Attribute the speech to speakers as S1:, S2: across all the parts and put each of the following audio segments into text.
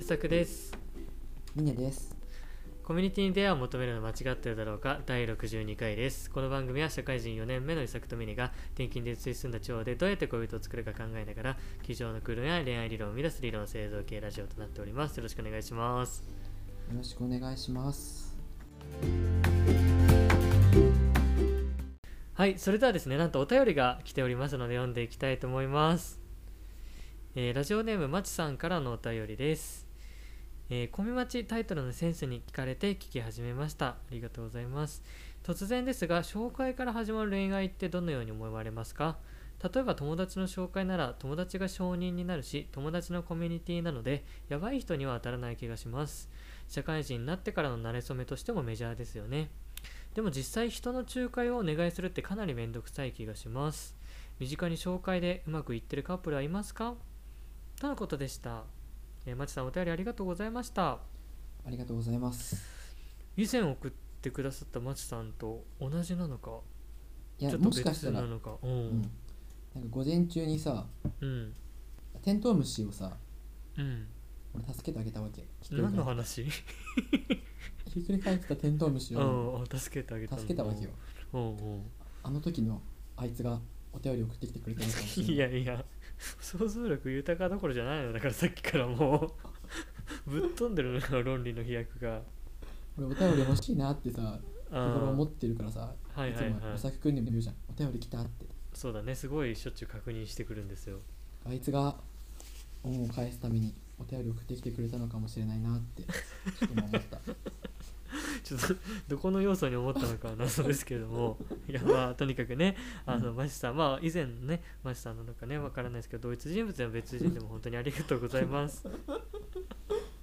S1: 作です
S2: ミネです。
S1: コミュニティに出会いを求めるのは間違ってるだろうか第62回ですこの番組は社会人4年目の伊作とミネが転勤で移り住んだ地方でどうやって恋人を作るか考えながら机上の空論や恋愛理論を生み出す理論製造系ラジオとなっておりますよろしくお願いします
S2: よろしくお願いします。
S1: はい、それではですね、なんとお便りが来ておりますので読んでいきたいと思います。えーラジオネームまちさんからのお便りです。えー、コミマチタイトルのセンスに惹かれて聞き始めました。ありがとうございます。突然ですが、紹介から始まる恋愛ってどのように思われますか例えば友達の紹介なら友達が承認になるし友達のコミュニティなのでやばい人には当たらない気がします社会人になってからの馴れ初めとしてもメジャーですよねでも実際人の仲介をお願いするってかなり面倒くさい気がします身近に紹介でうまくいってるカップルはいますかとのことでした、えー、まちさんお便りありがとうございました
S2: ありがとうございます。
S1: 以前送ってくださったまちさんと同じなのかち
S2: いや
S1: ょっと
S2: もしかした
S1: 別な
S2: ら、うん、
S1: のかうん
S2: なんか午前中にさ、
S1: うん
S2: テントウムシをさ、
S1: うん
S2: 俺助けてあげたわけ。ひっくり
S1: 何の
S2: 返
S1: 話
S2: ひっくり返ってたテントウムシ
S1: う
S2: を
S1: んうん助けてあげたの
S2: 助けたわけよ。
S1: うんうん
S2: あの時のあいつがお便り送ってきてくれたのかもしれない。
S1: いやいや想像力豊かどころじゃないのだからさっきからもうぶっ飛んでるのよ論理の飛躍が
S2: 俺お便り欲しいなってさ、
S1: あー
S2: 心持ってるからさ、
S1: はいはい
S2: つ
S1: は
S2: もお
S1: い
S2: 作くんにも言うじゃん。お便り来たって。
S1: そうだねすごいしょっちゅう確認してくるんですよ
S2: あいつが恩を返すためにお便り送ってきてくれたのかもしれないなって、ちょっと今思 った。
S1: ちょっとどこの要素に思ったのかは謎ですけれど もいやまあとにかくねあのマシさんまあ以前のねマシさんなのかねわからないですけど同一人物や別人でも本当にありがとうございます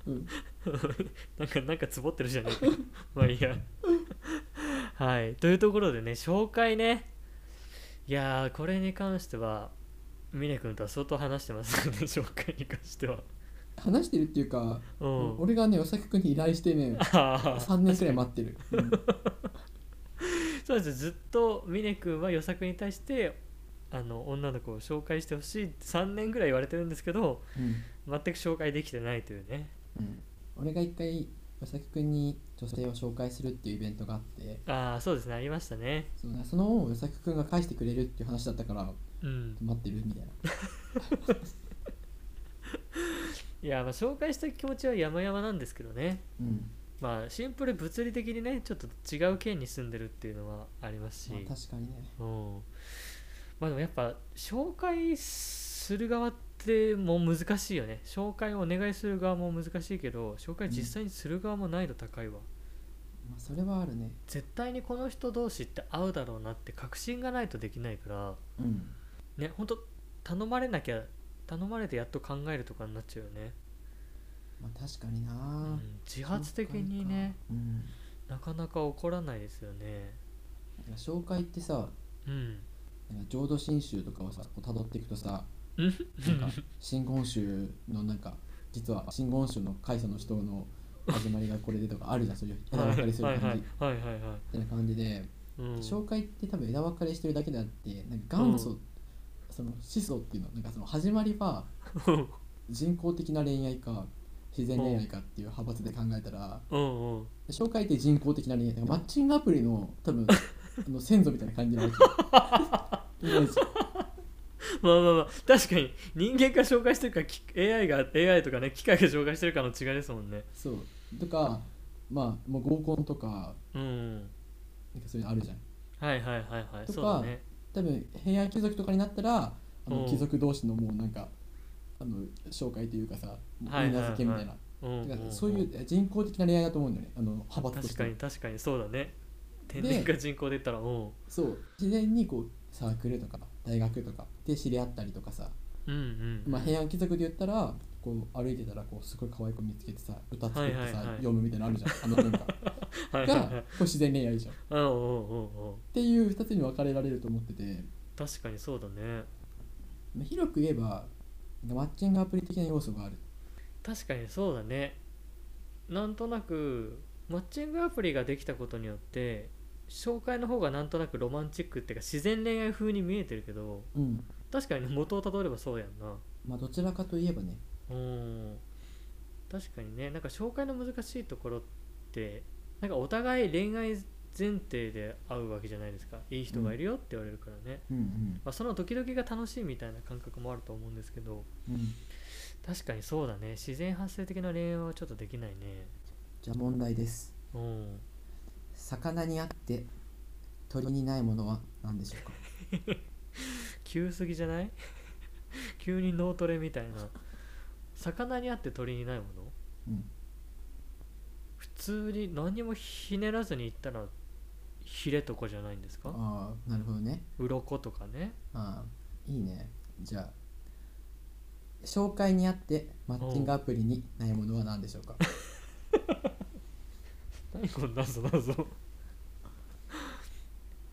S2: うん、
S1: なんかなんかつぼってるじゃねえか まあいいやはいというところでね紹介ねいやーこれに関しては峰君とは相当話してますね紹介に関しては
S2: 話してるっていうか、
S1: うん
S2: 俺がね、お作くんに依頼してね、
S1: あー
S2: 3年くらい待ってる、うん
S1: そうですずっと峰君は予作に対してあの女の子を紹介してほしいって3年ぐらい言われてるんですけど
S2: うん
S1: 全く紹介できてないというね
S2: うん俺が一回お作くんに女性を紹介するっていうイベントがあって
S1: ああそうですねありましたね
S2: そうねその恩を与作くんが返してくれるっていう話だったから
S1: うん
S2: 待ってるみたいない
S1: やまあ紹介したい気持ちは山々なんですけどね
S2: うん、
S1: まあシンプル物理的にねちょっと違う県に住んでるっていうのはありますし、
S2: まあ、確かにね
S1: うんまあでもやっぱ紹介する側ってもう難しいよね紹介をお願いする側も難しいけど紹介実際にする側も難易度高いわ、
S2: まあそれはあるね
S1: 絶対にこの人同士って合うだろうなって確信がないとできないから
S2: うん
S1: ねほんと頼まれなきゃ頼まれてやっと考えるとかになっちゃうよね、
S2: まあ確かにな、
S1: うん自発的にね
S2: 紹介かうん
S1: なかなか起こらないですよね
S2: なんか紹介ってさ
S1: うん
S2: なんか浄土真宗とかをさこう辿っていくとさ
S1: うん
S2: なんか真言宗のなんか実は真言宗の開祖の人の始まりがこれでとかあるじゃんそういう枝分かれする
S1: はい
S2: 感じ
S1: はい
S2: み
S1: はいはいはい、
S2: たいな感じで
S1: うん、
S2: 紹介って多分枝分かれしてるだけであってなんか元祖、その始祖っていうのなんかその始まりは
S1: うん
S2: 人工的な恋愛か自然恋愛かっていう派閥で考えたら
S1: うんうん
S2: 紹介って人工的な恋愛だからマッチングアプリの多分あの先祖みたいな感じなわけ イメージ
S1: まあまあまあ確かに人間が紹介してるかき AI が AI とかね機械が紹介してるかの違いですもんね
S2: そうとかまあもう合コンとか
S1: うん
S2: なんかそういうのあるじゃん
S1: はいはいはいはい
S2: とか
S1: そうだね
S2: 多分平安貴族とかになったらあ
S1: う
S2: の
S1: ん
S2: 貴族同士のもうなんかあの紹介というかさいい
S1: はいはいはい
S2: 名付けみたいな、
S1: うん
S2: だか
S1: ん
S2: らそういう人工的な恋愛だと思うんだよねあの派閥と
S1: 確
S2: し
S1: かに
S2: て
S1: 確かにそうだね
S2: で
S1: 天然か人口で言ったらうん
S2: そう自然にこうサークルとか大学とかで知り合ったりとかさ、
S1: うんうん
S2: まあ、平安貴族で言ったらこう歩いてたらこうすごい可愛い子見つけてさ歌作ってさ、
S1: はいはいはい
S2: 読むみたいなのあるじゃんあの 文化
S1: はいはい
S2: が
S1: はい
S2: こう自然恋愛じゃんっ
S1: うんうんうんうん
S2: ていう2つに分かれられると思ってて
S1: 確かにそうだね
S2: まあ広く言えばマッチングアプリ的な要素がある
S1: 確かにそうだねなんとなくマッチングアプリができたことによって紹介の方がなんとなくロマンチックっていうか自然恋愛風に見えてるけど
S2: うん
S1: 確かに元をたどればそうやんな
S2: まあどちらかといえばね
S1: うん確かにねなんか紹介の難しいところってなんかお互い恋愛前提で会うわけじゃないですかいい人がいるよって言われるからね、
S2: うん
S1: まあ、その時々が楽しいみたいな感覚もあると思うんですけど
S2: うんうん
S1: 確かにそうだね自然発生的な恋愛はちょっとできないね
S2: じゃあ問題です
S1: うん
S2: 魚にあって鳥にないものは何でしょうか
S1: 急すぎじゃない 急に脳トレみたいな魚にあって鳥にないもの
S2: うん
S1: 普通に何もひねらずに行ったらヒレとかじゃないんですか
S2: ああなるほどね
S1: 鱗とかね
S2: ああいいねじゃあ紹介にあってマッチングアプリにないものは何でしょうか
S1: 何この謎謎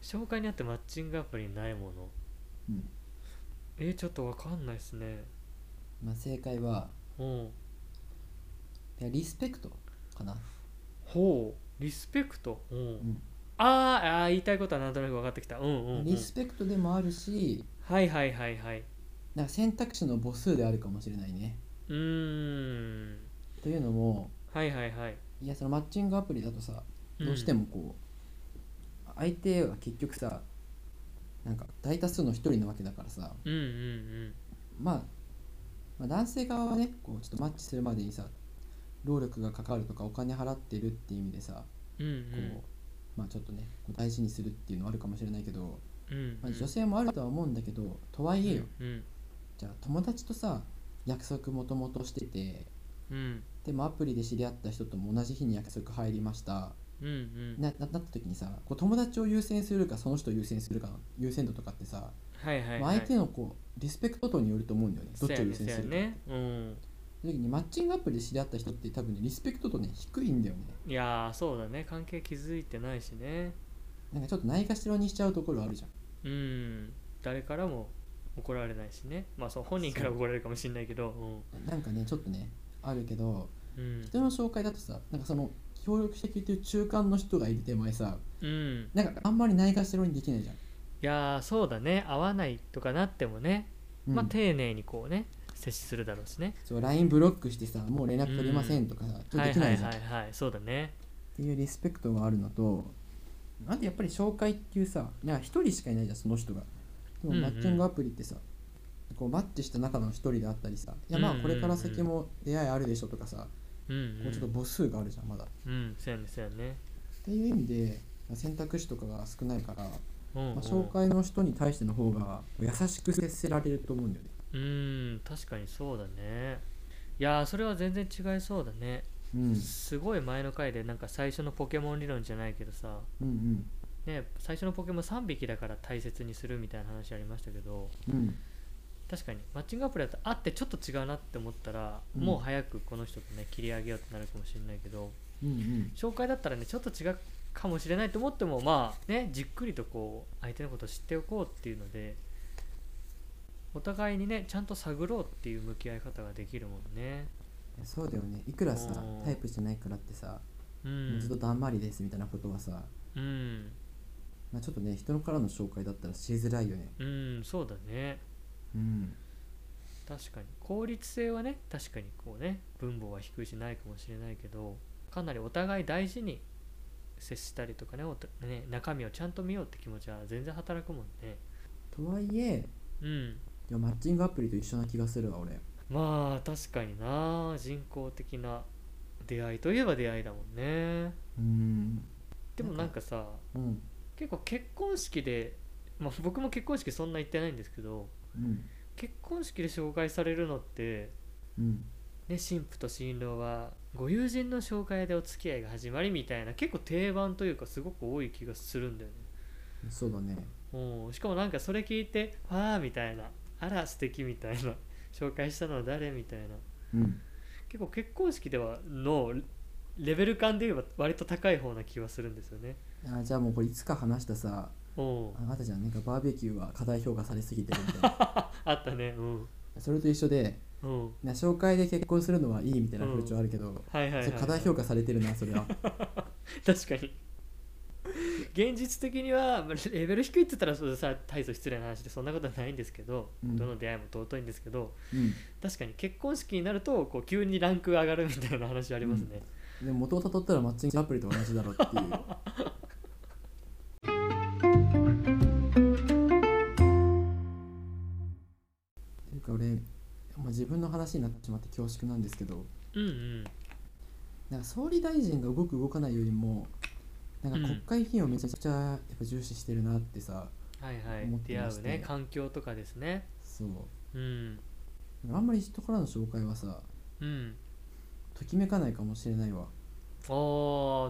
S1: 紹介にあってマッチングアプリにないもの
S2: うん、
S1: えーちょっとわかんないですね
S2: まあ、正解は
S1: うん
S2: いやリスペクトかな
S1: ほうリスペクトうん、
S2: ん
S1: あーあー言いたいことはなんとなく分かってきたうんうん、うん、
S2: リスペクトでもあるし
S1: はいはいはいはい
S2: なんか選択肢の母数であるかもしれないね
S1: うーん
S2: というのも
S1: はいはいはい
S2: いやそのマッチングアプリだとさどうしてもこう、相手は結局さなんか大多数の一人なわけだからさ、
S1: うんうんうん
S2: まあ、まあ男性側はねこうちょっとマッチするまでにさ労力がかかるとかお金払ってるっていう意味でさ
S1: うん
S2: こう、まあちょっとねこう大事にするっていうのはあるかもしれないけど、
S1: うんうん
S2: まあ、女性もあるとは思うんだけどとはいえよ
S1: うん
S2: じゃあ友達とさ約束もともとしてて
S1: うん
S2: でもアプリで知り合った人とも同じ日に約束入りました
S1: うんうん
S2: なななった時にさこう友達を優先するかその人を優先するかの優先度とかってさ、
S1: はいはい
S2: まあ
S1: はい
S2: 相手のこうリスペクト度によると思うんだよねどっちを優先するか。
S1: ねうん
S2: その時にマッチングアプリで知り合った人って多分ねリスペクトとね低いんだよね
S1: いやーそうだね関係築いてないしね
S2: なんかちょっとないがしろにしちゃうところあるじゃん
S1: うん誰からも怒られないしねまあそう本人から
S2: そう
S1: 怒られるかもしれないけど
S2: なんかねちょっとねあるけど
S1: うんうん
S2: 人の紹介だとさなんかその協力してくれてる中間の人がいる手前さ
S1: うん
S2: なんかあんまりないがしろにできないじゃん、
S1: いやーそうだね合わないとかなってもね、
S2: うん
S1: まあ丁寧にこうね接しするだろうしね
S2: そう LINE ブロックしてさもう連絡取りませんとかさ、ちょっと
S1: はい
S2: でき
S1: は
S2: ないいじゃん、
S1: はいはいそうだね
S2: っていうリスペクトがあるのとあとやっぱり紹介っていうさなんか一人しかいないじゃんその人がで
S1: う
S2: も
S1: んうん
S2: マッチングアプリってさ、こうマッチした中の一人であったりさいやまあ
S1: うんうんうん
S2: これから先も出会いあるでしょとかさ、
S1: うん
S2: こうちょっと母数があるじゃんまだっ
S1: うん、うん、そうやねそうやね
S2: ていう意味で選択肢とかが少ないから、
S1: うんうん、
S2: まあ、紹介の人に対しての方が優しく接せられると思うんだよね
S1: うん確かにそうだねいやーそれは全然違いそうだね、
S2: うん
S1: すごい前の回でなんか最初のポケモン理論じゃないけどさ
S2: うん
S1: ね最初のポケモン3匹だから大切にするみたいな話ありましたけど
S2: うんうん
S1: 確かにマッチングアプリだと会ってちょっと違うなって思ったら、
S2: うん
S1: もう早くこの人とね切り上げようってなるかもしれないけど
S2: うんうん
S1: 紹介だったらねちょっと違うかもしれないと思ってもまあねじっくりとこう相手のことを知っておこうっていうのでお互いにねちゃんと探ろうっていう向き合い方ができるもんね
S2: そうだよねいくらさ
S1: うん
S2: タイプじゃないからってさ、
S1: う
S2: もうんずっとだんまりですみたいなことはさ、
S1: うん
S2: まあ、ちょっとね人からの紹介だったらしづらいよね
S1: うんそうだね
S2: うん
S1: 確かに効率性はね確かにこうね分母は低いしないかもしれないけどかなりお互い大事に接したりとかねおとね中身をちゃんと見ようって気持ちは全然働くもんね
S2: とはいえ
S1: うん
S2: でもマッチングアプリと一緒な気がするわ俺
S1: まあ確かにな人工的な出会いといえば出会いだもんね
S2: うん
S1: でもなんかさ
S2: うん
S1: 結構結婚式で、まあ、僕も結婚式そんな行ってないんですけど
S2: うん
S1: 結婚式で紹介されるのって
S2: うん
S1: ね、新婦と新郎はご友人の紹介でお付き合いが始まりみたいな結構定番というかすごく多い気がするんだよね
S2: そうだね
S1: うんしかもなんかそれ聞いて「わあ」みたいな「あら素敵みたいな「紹介したのは誰?」みたいな
S2: うん
S1: 結構結婚式ではのレベル感で言えば割と高い方な気はするんですよね
S2: あじゃあもうこれいつか話したさ
S1: うん
S2: あなたじゃんなんかバーベキューは過大評価されすぎてるみた いな
S1: あったねうん
S2: それと一緒で
S1: うん
S2: な紹介で結婚するのはいいみたいな風潮あるけど、
S1: はいはいはい、
S2: それ過大評価されてるなそれは
S1: 確かに現実的にはまあレベル低いって言ったらそれさ大層失礼な話でそんなことはないんですけど、
S2: うん
S1: どの出会いも尊いんですけど
S2: うん
S1: 確かに結婚式になるとこう急にランクが上がるみたいな話ありますね、
S2: でも元をたどったらマッチングアプリと同じだろうっていうっていうか俺、まあ、自分の話になってしまって恐縮なんですけど
S1: うんうん
S2: なんか総理大臣が動く動かないよりもなんか
S1: うん
S2: 国会議員をめちゃくちゃやっぱ重視してるなってさ、
S1: はいはい
S2: 思って
S1: 出
S2: ま
S1: 会
S2: し
S1: う
S2: た
S1: ね環境とかですね
S2: そう
S1: うん
S2: あんまり人からの紹介はさ
S1: うん
S2: ときめかないかもしれないわ
S1: ああ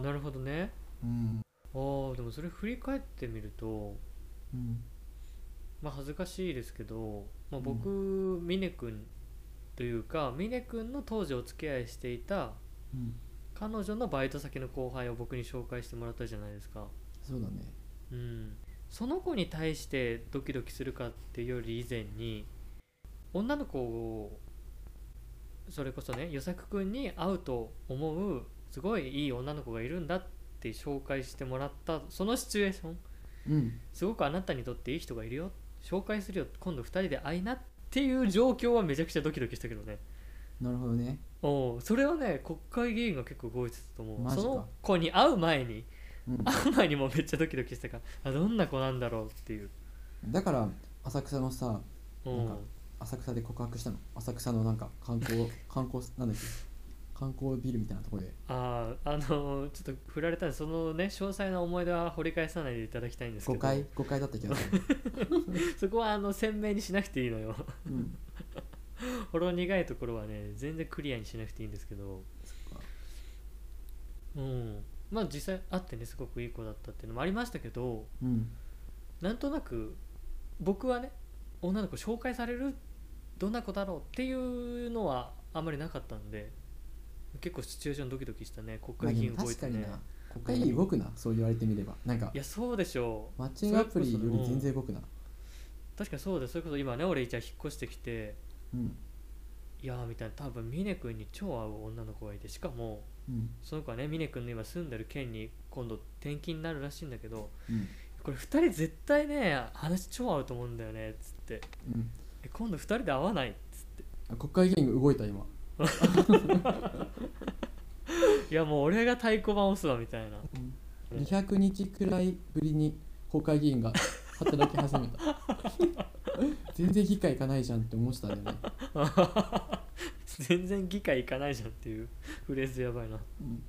S1: なるほどね
S2: うん、
S1: あーでもそれ振り返ってみると
S2: うん、
S1: まあ恥ずかしいですけど、まあ、
S2: うん
S1: 僕、峰君というか峰君の当時お付き合いしていた
S2: うん
S1: 彼女のバイト先の後輩を僕に紹介してもらったじゃないですか
S2: そうだね
S1: うんその子に対してドキドキするかっていうより以前に女の子をそれこそね与作君に会うと思うすごいいい女の子がいるんだって紹介してもらったそのシチュエーション
S2: うん
S1: すごくあなたにとっていい人がいるよ紹介するよ今度2人で会いなっていう状況はめちゃくちゃドキドキしたけどね
S2: なるほどね
S1: おうそれはね国会議員が結構動いてたと思う
S2: マ
S1: そ
S2: ジか
S1: の子に会う前に
S2: うん
S1: 会う前にもうめっちゃドキドキしたからあどんな子なんだろうっていう
S2: だから浅草のさ
S1: お
S2: なんか浅草で告白したの浅草のなんか観光観光なんだっけ観光ビルみたいなところで
S1: あーあのーちょっと振られたんでそのね詳細な思い出は掘り返さないでいただきたいんですけ
S2: 誤
S1: ど
S2: 解誤解だった気がする、
S1: そこはあの鮮明にしなくていいのよ
S2: うん、
S1: ほろ苦いところはね全然クリアにしなくていいんですけど
S2: っか
S1: うんまあ実際会ってねすごくいい子だったっていうのもありましたけど
S2: うん
S1: なんとなく僕はね女の子紹介されるどんな子だろうっていうのはあんまりなかったんで結構シチュエーションドキドキしたね
S2: まあ
S1: 国会議
S2: で
S1: 員
S2: も
S1: 動い
S2: 確
S1: て
S2: かに
S1: ね
S2: な国会議員動くなそう言われてみればなんか
S1: いやそうでしょう
S2: マッチングアプリより全然動くな
S1: 確かにそうですそれこそ今ね俺じゃあ引っ越してきて
S2: うん
S1: いやーみたいな多分峰君に超合う女の子がいてしかも
S2: うん
S1: その子はね峰君の今住んでる県に今度転勤になるらしいんだけど
S2: うん
S1: これ2人絶対ね話超合うと思うんだよねっつって
S2: うん
S1: え今度2人で会わないっつっ
S2: あ国会議員が動いた今
S1: ていやもう俺が太鼓判押すわみたいな
S2: 200日くらいぶりに国会議員が働き始めた全然議会行かないじゃんって思ってたんだよね、
S1: 全然議会行かないじゃんっていうフレーズやばいな
S2: うん、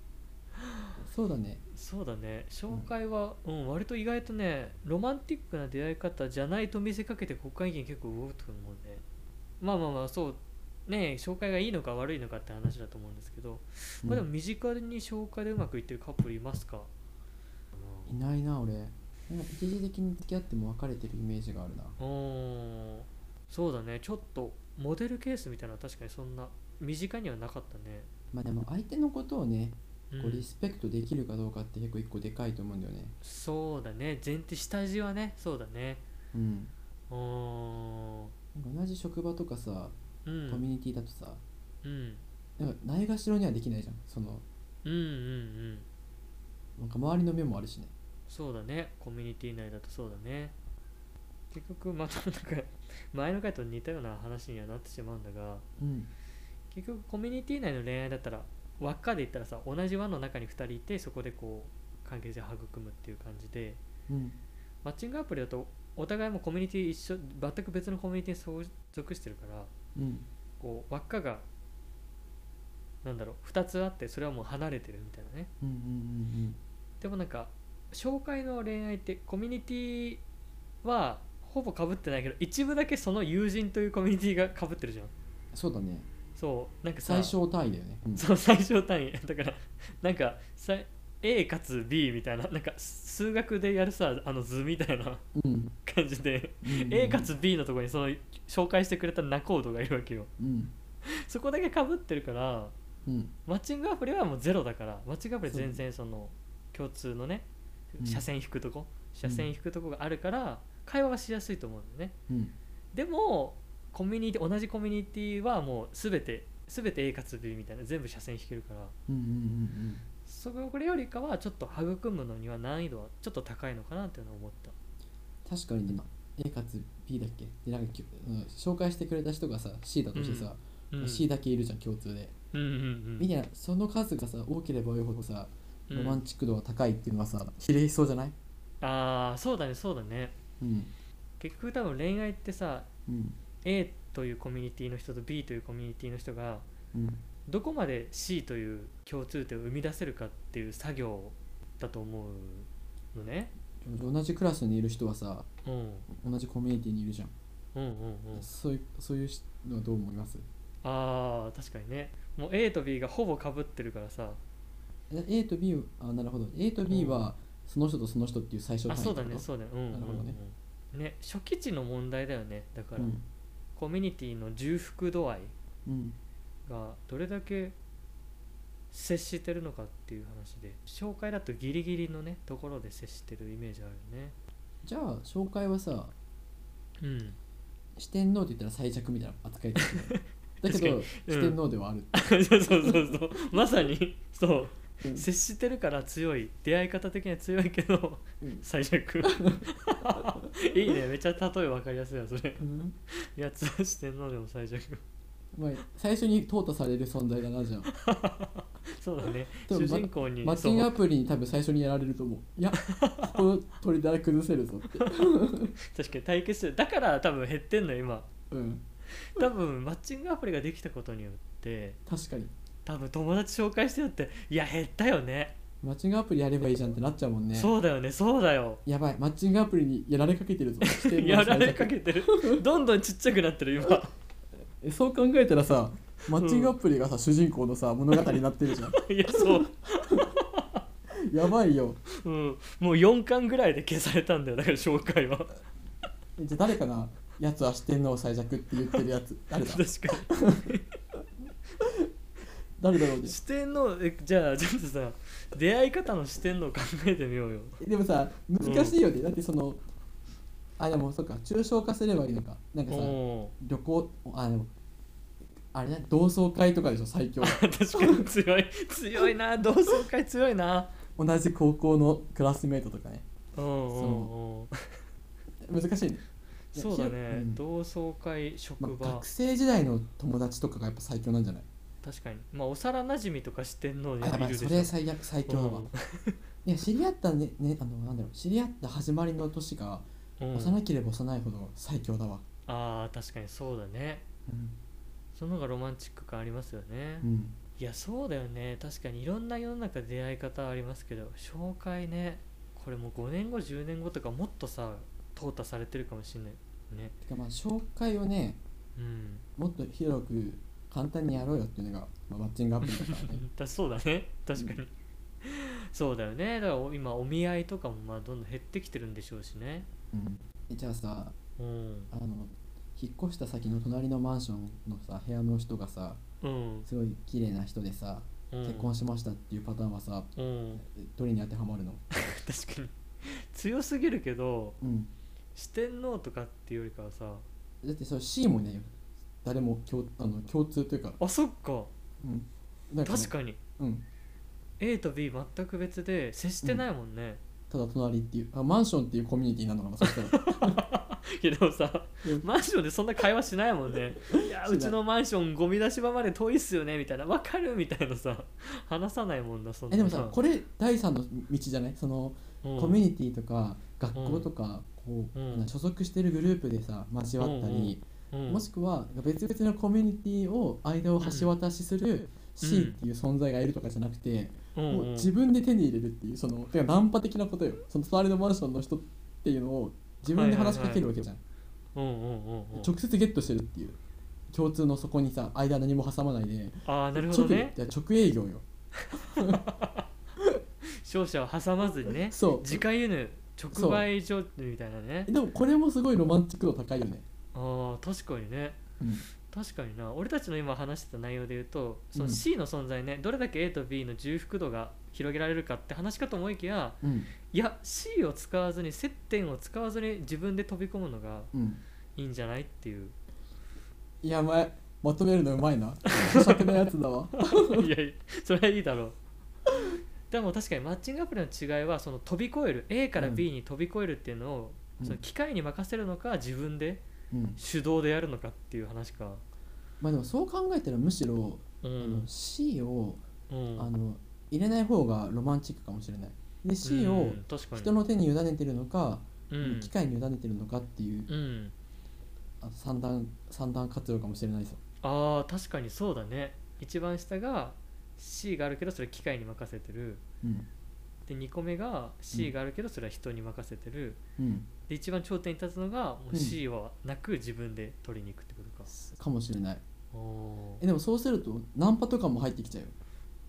S2: そうだね
S1: そうだね紹介は、うん割と意外とねロマンティックな出会い方じゃないと見せかけて国会議員結構動くと思うねまあまあまあそうね紹介がいいのか悪いのかって話だと思うんですけど、まあ、でも身近に紹介でうまくいってるカップルいますか、
S2: いないな俺なんか一時的に付き合っても別れてるイメージがあるな
S1: うーんそうだねちょっとモデルケースみたいなのは確かにそんな身近にはなかったね、
S2: まあでも相手のことをね
S1: う
S2: こうんリスペクトできるかどうかって結構一個でかいと思うんだよね
S1: そうだね前提下地はねそうだね
S2: うん
S1: うーん
S2: なんか同じ職場とかさ
S1: う
S2: コミュ
S1: ん
S2: ニティだとさ、
S1: うん
S2: なんかないがしろにはできないじゃんその
S1: うんうんうん
S2: なんか周りの目もあるしね
S1: そうだねコミュニティ内だとそうだね結局またなんか 前の回と似たような話にはなってしまうんだが
S2: うん
S1: 結局コミュニティ内の恋愛だったら輪っかで言ったらさ同じ輪の中に2人いてそこでこう関係性を育むっていう感じで
S2: うん
S1: マッチングアプリだとお互いもコミュニティ一緒全く別のコミュニティに所属してるから
S2: うん
S1: こう輪っかがなんだろう2つあってそれはもう離れてるみたいなね
S2: うんうんうん
S1: でもなんか紹介の恋愛ってコミュニティはほぼ被ってないけど一部だけその友人というコミュニティが被ってるじゃん
S2: そうだね
S1: そうなんかさ
S2: 最小単位だよね、うん
S1: そう最小単位だからなんかさ A かつ B みたいななんか数学でやるさあの図みたいな
S2: うん
S1: 感じで、
S2: うん
S1: A かつ B のところにその紹介してくれた仲人がいるわけよ
S2: うん
S1: そこだけ被ってるから
S2: うん
S1: マッチングアプリはもうゼロだからマッチングアプリ全然その共通のね
S2: うん
S1: 車線引くとこ車線引くとこがあるから会話はしやすいと思うんだよね
S2: うん
S1: でもコミュニティ同じコミュニティはもう全て全て A かつ B みたいな全部車線引けるから
S2: うんうんうんうん
S1: そこれよりかはちょっと育むのには難易度はちょっと高いのかなっていうのを思った
S2: 確かにね、まあ、A かつ B だっけでなんかき、うん、紹介してくれた人がさ C だとしてさ、
S1: うん
S2: C だけいるじゃん共通で、
S1: うんうんう
S2: み
S1: ん
S2: たいなその数がさ多ければ多いほどさ
S1: うん
S2: ロマンチック度が高いっていうのはさ、比例しそうじゃない
S1: ああそうだねそうだね
S2: うん
S1: 結局多分恋愛ってさ
S2: うん
S1: A というコミュニティの人と B というコミュニティの人が
S2: うん
S1: どこまで C という共通点を生み出せるかっていう作業だと思うのね、
S2: 同じクラスにいる人はさ
S1: うん、
S2: 同じコミュニティにいるじゃん、
S1: うんうんうん
S2: そういうそういうのはどう思います
S1: あー確かにねもう A と B がほぼ被ってるからさ
S2: え A と B あなるほど A と B はその人とその人っていう最小
S1: あ
S2: 単位
S1: そうだ
S2: って
S1: ね
S2: こと
S1: そうだねうんうん、
S2: なるほどね
S1: うん、ね初期値の問題だよねだから、
S2: うん
S1: コミュニティの重複度合い
S2: うん
S1: がどれだけ接してるのかっていう話で紹介だとギリギリのねところで接してるイメージあるよね
S2: じゃあ紹介はさ
S1: うん
S2: 四天王って言ったら最弱みたいな扱いだよねだけど、
S1: うん
S2: 四天王ではある、
S1: そうそうそうそうまさにそう
S2: うん
S1: 接してるから強い出会い方的には強いけど
S2: うん
S1: 最弱いいねめっちゃ例え分かりやすいわそれ
S2: うん
S1: やつはしてんのでも最弱
S2: まあ、最初に淘汰される存在だなじゃん
S1: そうだね
S2: で
S1: 主
S2: もま
S1: 人公に
S2: マッチング
S1: そ
S2: ア
S1: う
S2: プリに多分最初にやられると思ういやここ取りだら崩せるぞって
S1: 確かに対決してるだから多分減ってんの今
S2: うん
S1: 多分マッチングアプリができたことによって
S2: 確かに
S1: 多分友達紹介してよっていや減ったよね
S2: マッチングアプリやればいいじゃんってなっちゃうもんね
S1: そうだよねそうだよ
S2: やばいマッチングアプリにやられかけてるぞ四天王
S1: やられ
S2: 最弱
S1: かけてるどんどんちっちゃくなってる今
S2: えそう考えたらさマッチングアプリがさ、主人公のさ物語になってるじゃん
S1: いやそう
S2: やばいよ
S1: うん、もう4巻ぐらいで消されたんだよだから紹介は
S2: えじゃあ誰かなやつは四天王最弱って言ってるやつ誰だ
S1: 確か
S2: 誰だろうね
S1: に視点のえじゃあちょっとさ出会い方の視点の考えてみようよ
S2: えでもさ難しいよね、だってそのあでもそっか抽象化すればいいのかなんかさ
S1: お
S2: 旅行あでもあれね同窓会とかでしょ最強
S1: ー 確かに強い強いな同窓会強いな
S2: 同じ高校のクラスメートとかね
S1: うんうんうん
S2: 難しいねいや
S1: そうだね、
S2: うん
S1: 同窓会
S2: ま
S1: 職場、
S2: あ、学生時代の友達とかがやっぱ最強なんじゃない
S1: 確かにまあ幼なじみとか視点の
S2: あや
S1: い
S2: ばい
S1: る
S2: そ
S1: で
S2: れ
S1: しょ
S2: 最悪最強だわ、いや知り合ったねねあのなんだろう知り合った始まりの年が
S1: うんうん
S2: 幼ければ幼いほど最強だわ
S1: あー確かにそうだね
S2: うん、
S1: その方がロマンチック感ありますよね、
S2: うん、
S1: いやそうだよね確かにいろんな世の中出会い方ありますけど紹介ねこれもう5年後10年後とかもっとさ淘汰されてるかもしれないね
S2: てかまあ紹介をね
S1: うん
S2: もっと広く簡単にやろうよっていうのが、まあ、マッチングアプリだからね
S1: だそうだね確かに、
S2: う
S1: そうだよねだからお今お見合いとかもまあどんどん減ってきてるんでしょうしね
S2: うんえじゃあさ
S1: うん
S2: あの引っ越した先の隣のマンションのさ部屋の人がさ
S1: うん、
S2: すごい綺麗な人でさ、
S1: うん、
S2: 結婚しましたっていうパターンはさ
S1: うん
S2: どれに当てはまるの
S1: 確かに強すぎるけど
S2: うん
S1: 四天王とかっていうよりかはさ
S2: だってそれ C もいないよ誰も共あの共通というか,、
S1: あそっか
S2: うん、なんね
S1: 確かに
S2: うん、
S1: A と B 全く別で接してないもんね、
S2: ただ隣っていうあマンションっていうコミュニティなのかなそしたら
S1: いやでもさ
S2: うん
S1: マンションでそんな会話しないもんね いやうちのマンションゴミ出し場まで遠いっすよねみたいなわかるみたいなさ話さないもんだそんな
S2: えでもさこれ第三の道じゃないその、
S1: うん
S2: コミュニティとか学校とか、こう
S1: うん
S2: なんか所属してるグループでさ交わったり、
S1: うん
S2: もしくは別々のコミュニティを間を橋渡しする C っていう存在がいるとかじゃなくて、
S1: うん
S2: も
S1: う
S2: うん自分で手に入れるっていうそのてかナンパ的なことよその隣のマンションの人っていうのを自分で話しかけるわけじゃん、
S1: うんうんうんうん
S2: 直接ゲットしてるっていう共通のそこにさ間何も挟まないで
S1: ああなるほ
S2: 直
S1: どね
S2: じゃあ直営業よ
S1: 商社を挟まずにね
S2: そう
S1: 自家輸入直売所みたいなね
S2: でもこれもすごいロマンチック度高いよね、
S1: あー確かにね
S2: うん
S1: 確かにな俺たちの今話してた内容で言うとその
S2: うん
S1: C の存在ね、どれだけ A と B の重複度が広げられるかって話かと思いきや
S2: うん
S1: いや C を使わずに接点を使わずに自分で飛び込むのが
S2: うん、
S1: いいんじゃないって いう
S2: いやままとめるのうまいなおしゃなやつだわ
S1: いやいやそれはいいだろうでも確かにマッチングアプリの違いはその飛び越える A から
S2: うん
S1: B に飛び越えるっていうのを、
S2: うん
S1: その機械に任せるのか自分で
S2: うん、
S1: 手動でやるのかっていう話か
S2: まあでもそう考えたらむしろ、
S1: う
S2: あの
S1: ん
S2: C を
S1: うん
S2: あの入れない方がロマンチックかもしれないで C
S1: う
S2: を
S1: ん確かに
S2: 人の手に委ねてるのか、
S1: うん
S2: 機械に委ねてるのかっていう
S1: うん
S2: あ三段三段活用かもしれないさ
S1: あー確かにそうだね一番下が C があるけどそれ機械に任せてる
S2: うん
S1: で2個目が C があるけどそれは人に任せてる、
S2: うん
S1: で一番頂点に立つのがもううん C はなく自分で取りに行くってことか、
S2: かもしれない
S1: お
S2: え
S1: ー
S2: でもそうするとナンパとかも入ってきちゃうよ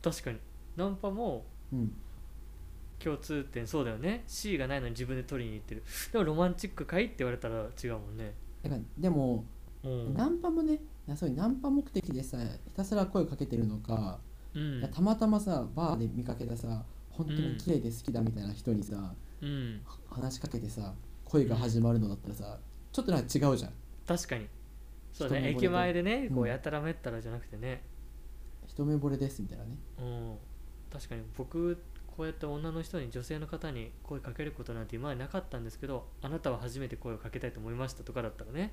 S1: 確かにナンパも
S2: うん
S1: 共通点そうだよね C がないのに自分で取りに行ってるでもロマンチックかいって言われたら違うもんね
S2: だからでも、
S1: うん
S2: ナンパもねなそういうナンパ目的でさひたすら声かけてるのか、
S1: うん
S2: いやたまたまさバーで見かけたさ本当に綺麗で好きだみたいな人にさ、
S1: うん
S2: 話しかけてさ恋が始まるのだったらさちょっとなんか違うじゃん
S1: 確かにそうだね
S2: 一目惚れで
S1: 駅前でねこ
S2: う
S1: うんやたらめったらじゃなくてね
S2: 一目惚れですみたいなね
S1: うん確かに僕こうやって女の人に女性の方に声かけることなんて今までなかったんですけどあなたは初めて声をかけたいと思いましたとかだったらね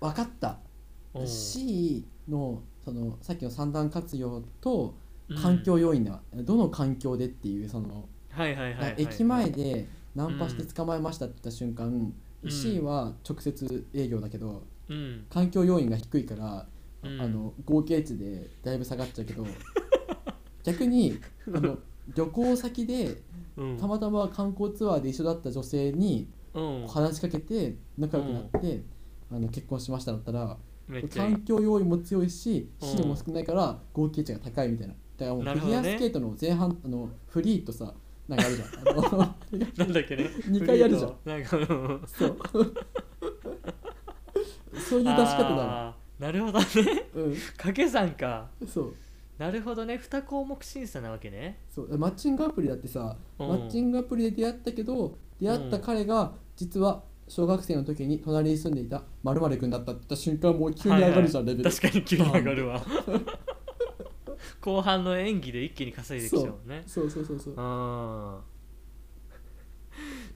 S2: 分かった
S1: うん
S2: C のそのさっきの三段活用と
S1: うん
S2: 環境要因だ、どの環境でっていうその、
S1: はいはいはい、はい、
S2: 駅前でナンパして捕まえましたって言った瞬間、
S1: うん
S2: C は直接営業だけど
S1: うん
S2: 環境要因が低いから、
S1: うん
S2: あの合計値でだいぶ下がっちゃうけ ど逆にあの旅行先で
S1: うん
S2: たまたま観光ツアーで一緒だった女性に
S1: うん
S2: 話しかけて仲良くなって、あの結婚しましただったら
S1: めっちゃいい
S2: 環境要因も強いし
S1: うん
S2: 資源も少ないから合計値が高いみたいなだからもうフ
S1: なるほ
S2: ィ
S1: ど
S2: ギ
S1: ね
S2: ュアスケートの前半あのフリーとさなんかある じゃんあの
S1: なんだっけね
S2: 二回やるじゃん
S1: んなんかうん
S2: そうそういう出し方だわ
S1: あーなるほどね
S2: う
S1: 掛け算か
S2: んそう
S1: なるほどね2項目審査なわけね
S2: そうマッチングアプリだってさ
S1: うん
S2: マッチングアプリで出会ったけど出会った彼が実は小学生の時に隣に住んでいた〇〇君だったって言った瞬間もう急に上がるじゃん、
S1: はいはい
S2: レベル
S1: 確かに急に上がるわ後半の演技で一気に稼いできちゃうもんね
S2: そうそうそうそう
S1: あ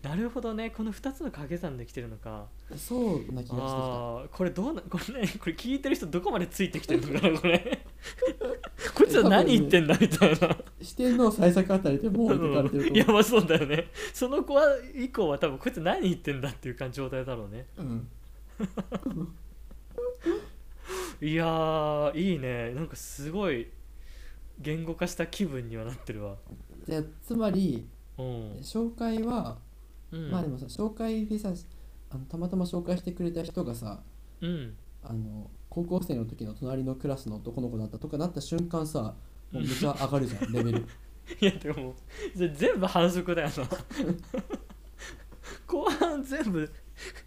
S1: ーなるほどねこの2つの掛け算できてるのか
S2: そうな気がしてきた
S1: あーこれどうな これねこれ聞いてる人どこまでついてきてるのかなこ れこいつは何言ってんだみたいな
S2: 視点の最作あたりでもう置いてかれてると
S1: うん
S2: 思
S1: やばそうだよねその子は以降は多分こいつ何言ってんだっていう感じ状態だろうね
S2: う、うん、
S1: いやーいいねなんかすごい言語化した気分にはなってるわ
S2: じゃあつまり
S1: うん、
S2: 紹介は、
S1: うん、
S2: まあでもさ紹介でさあのたまたま紹介してくれた人がさ
S1: うん
S2: あの高校生の時の隣のクラスの男の子だったとかなった瞬間さもうめちゃ上がるじゃんレベル
S1: いやでもそれ全部反則 だよな後半全部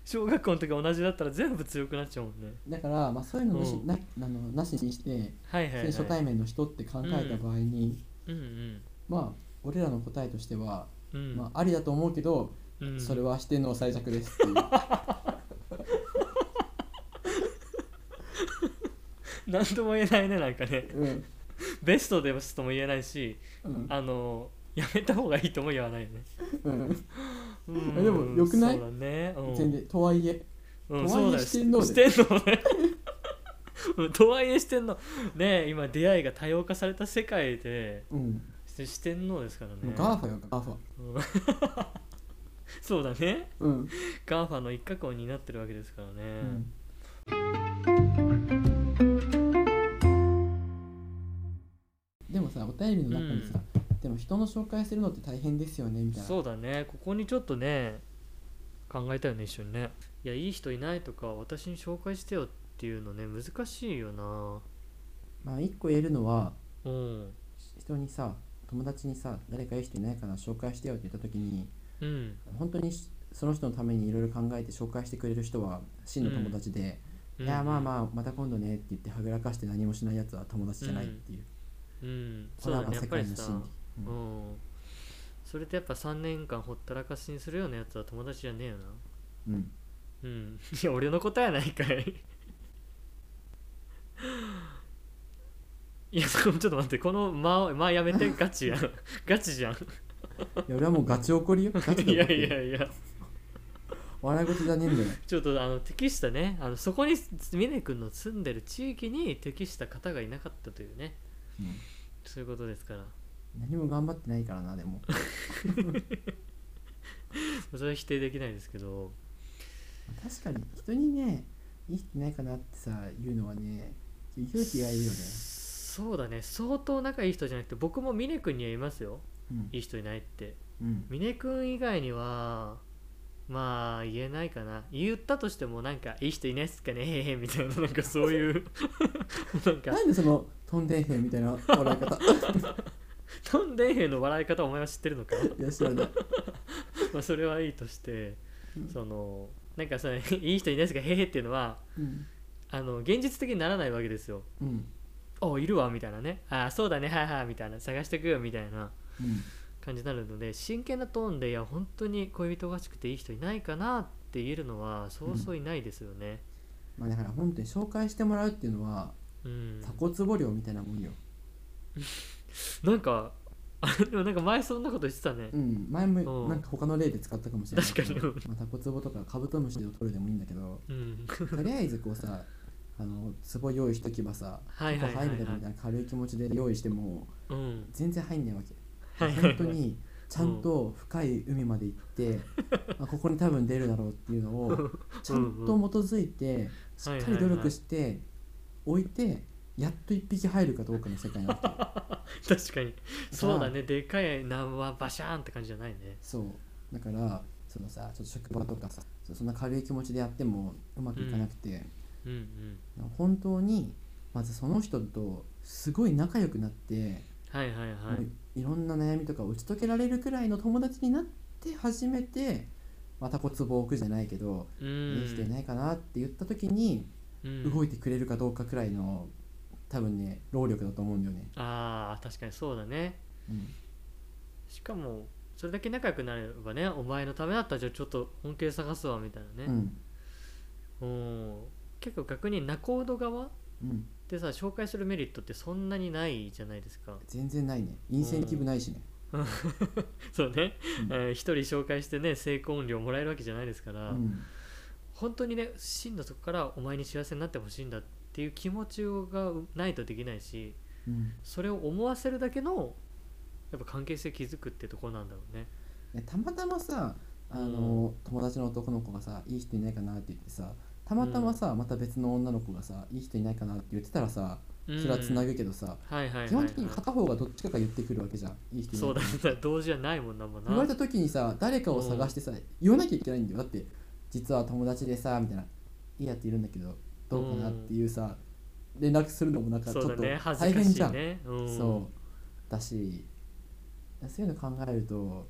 S1: 小学校の時同じだったら全部強くなっちゃうもんね
S2: だから、まあ、そういうのなし,、
S1: うん
S2: なあのなしにして
S1: はいはい、はい、
S2: 初対面の人って考えた場合に、
S1: うんうん
S2: まあ俺らの答えとしては、
S1: うん、
S2: まあ、ありだと思うけど、
S1: うん、
S2: それは視点の最弱ですっていう
S1: 何とも言えないねなんかね
S2: うん
S1: ベストですとも言えないし
S2: うん
S1: あのやめた方がいいとも言わないよね
S2: うん
S1: うん
S2: でも良くない
S1: そうだね、うん、
S2: 全然とはいえ
S1: うん、
S2: と
S1: そうだ
S2: はいえ
S1: よ
S2: 四天王
S1: し
S2: だ
S1: てんのね うんとはいえ四天王ね今出会いが多様化された世界で
S2: うん
S1: して四天王ですからね
S2: もうガーファよガーファ
S1: うんそうだね
S2: うん、
S1: ガンファの一角を担ってるわけですからね、
S2: うん、でもさお便りの中にさ、でも人の紹介するのって大変ですよねみたいな
S1: そうだねここにちょっとね考えたよね一緒にねいやいい人いないとか私に紹介してよっていうのね難しいよな
S2: まあ一個言えるのは
S1: うん
S2: 人にさ友達にさ誰かいい人いないかな紹介してよって言った時に
S1: うん
S2: 本当にしその人のためにいろいろ考えて紹介してくれる人は真の友達で、いやまあ
S1: あ
S2: まあまた今度ねって言ってはぐらかして何もしないやつは友達じゃないっていう、
S1: うん
S2: こ
S1: そう
S2: れ
S1: だ
S2: は
S1: ねやっ
S2: 世
S1: ぱり
S2: 界の
S1: さ
S2: 真理、う
S1: うんん、それでやっぱ3年間ほったらかしにするようなやつは友達じゃねえよな
S2: うん
S1: うんいや俺の答えないかいいやそこちょっと待ってこの間を間やめてガチやんガチじゃん
S2: いや俺はもうガチ怒りよガチで 怒
S1: いや
S2: ってる
S1: いやいや
S2: 笑い事じゃねえんだよ
S1: ちょっとあの適したねあのそこに峰君の住んでる地域に適した方がいなかったというね
S2: うん
S1: そういうことですから
S2: 何も頑張ってないからなでも
S1: それは否定できないですけど
S2: 確かに人にねいい人いないかなってさ言うのはね勇気がいるよね、
S1: そうだね相当仲いい人じゃなくて僕も峰君にはいますよ
S2: うん
S1: いい人いないって
S2: うん、
S1: 峰君以外にはまあ言えないかな言ったとしてもなんかいい人いないっすかねへへみたいななんかそういう なんか
S2: なんでその飛んでんへんみたいな笑い方
S1: とんでんへの笑い方お前は知ってるのか
S2: いや知らない
S1: まあそれはいいとして
S2: うん
S1: その なんかそれいい人いないっすかへへっていうのは
S2: うん、
S1: あの現実的にならないわけですよ
S2: うん
S1: あいるわみたいなねあそうだねはいはいみたいな探してくよみたいな
S2: うん、
S1: 感じになるので真剣なトーンでいや本当に恋人がしくていい人いないかなって言えるのはそうそういないですよね
S2: まあだから本当に紹介してもらうっていうのは
S1: うん、
S2: タコツボ漁みたいなもんよ、
S1: なんかあれでもなんか前そんなこと言ってたね
S2: うん、前
S1: う
S2: も
S1: ん
S2: なんか他の例で使ったかもしれないけど
S1: 確かに
S2: まあ、タコツボとかカブトムシを取るでもいいんだ けど
S1: うん、
S2: とりあえずこうさあの壺用意しとけばさ
S1: はいはいはいはい
S2: ここ入るだろみたいな軽い気持ちで用意しても
S1: うん、
S2: 全然入んないわけ
S1: はいはいは
S2: 本
S1: い
S2: 当にちゃんと深い海まで行って、あここに多分出るだろうっていうのをちゃんと基づいてしっかり努力して置いてやっと一匹入るかどうかの世界なわけ
S1: 確かにそうだねでかい南はバシャーンって感じじゃないね
S2: そうだからそのさちょっと職場とかさそそんな軽い気持ちでやってもうまくいかなくて、
S1: うんうん
S2: 本当にまずその人とすごい仲良くなって、
S1: はいはいはい
S2: もういろんな悩みとかを打ち解けられるくらいの友達になって初めてまたこつぼを置くじゃないけど、
S1: う
S2: いい人い
S1: ん
S2: ないかなって言った時に
S1: うん
S2: 動いてくれるかどうかくらいの多分ね労力だと思うんだよね、
S1: あー確かにそうだね
S2: うん、
S1: しかもそれだけ仲良くなればねお前のためだったらじゃあちょっと本気で探すわみたいな
S2: う
S1: ね、
S2: ん
S1: うん、結構逆に仲人側
S2: うん
S1: でさ紹介するメリットってそんなにないじゃないです か
S2: 全然ないねインセンティブないしね、
S1: そうね
S2: うん
S1: えー一人紹介してね成婚料もらえるわけじゃないですか
S2: う
S1: ら、
S2: ん、
S1: 本当にね真の底からお前に幸せになってほしいんだっていう気持ちがないとできないし
S2: うん、
S1: それを思わせるだけのやっぱ関係性築くってところなんだろうね
S2: いやたまたまさあの、友達の男の子がさいい人いないかなって言ってさたまたまさ、また別の女の子がさいい人いないかなって言ってたらさ
S1: うん
S2: それはつなぐけどさ、
S1: はいはいはい、はい、
S2: 基本的に片方がどっちかが言ってくるわけじゃんいい人いな
S1: そ
S2: いうか
S1: だ
S2: な
S1: ねだから同時じゃないもんなもんな
S2: 言われた時にさ誰かを探してさ言わなきゃいけないんだよだって実は友達でさみたいないいやっているんだけどどうかなっていうさ連絡するのもなんかちょ
S1: そ
S2: っ
S1: う
S2: と
S1: だね恥
S2: 大
S1: ずか
S2: 変
S1: し
S2: じゃ
S1: い
S2: んそう,、
S1: ねうん
S2: だしそういうの考えると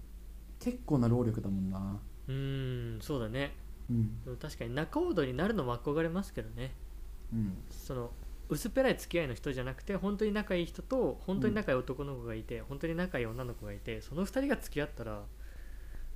S2: 結構な労力だもんな
S1: うーんそうだね
S2: うん
S1: でも確かに仲人になるのも憧れますけどね
S2: うん
S1: その薄っぺらい付き合いの人じゃなくて本当に仲いい人と本当に仲いい男の子がいて、本当に仲いい女の子がいてその2人が付き合ったら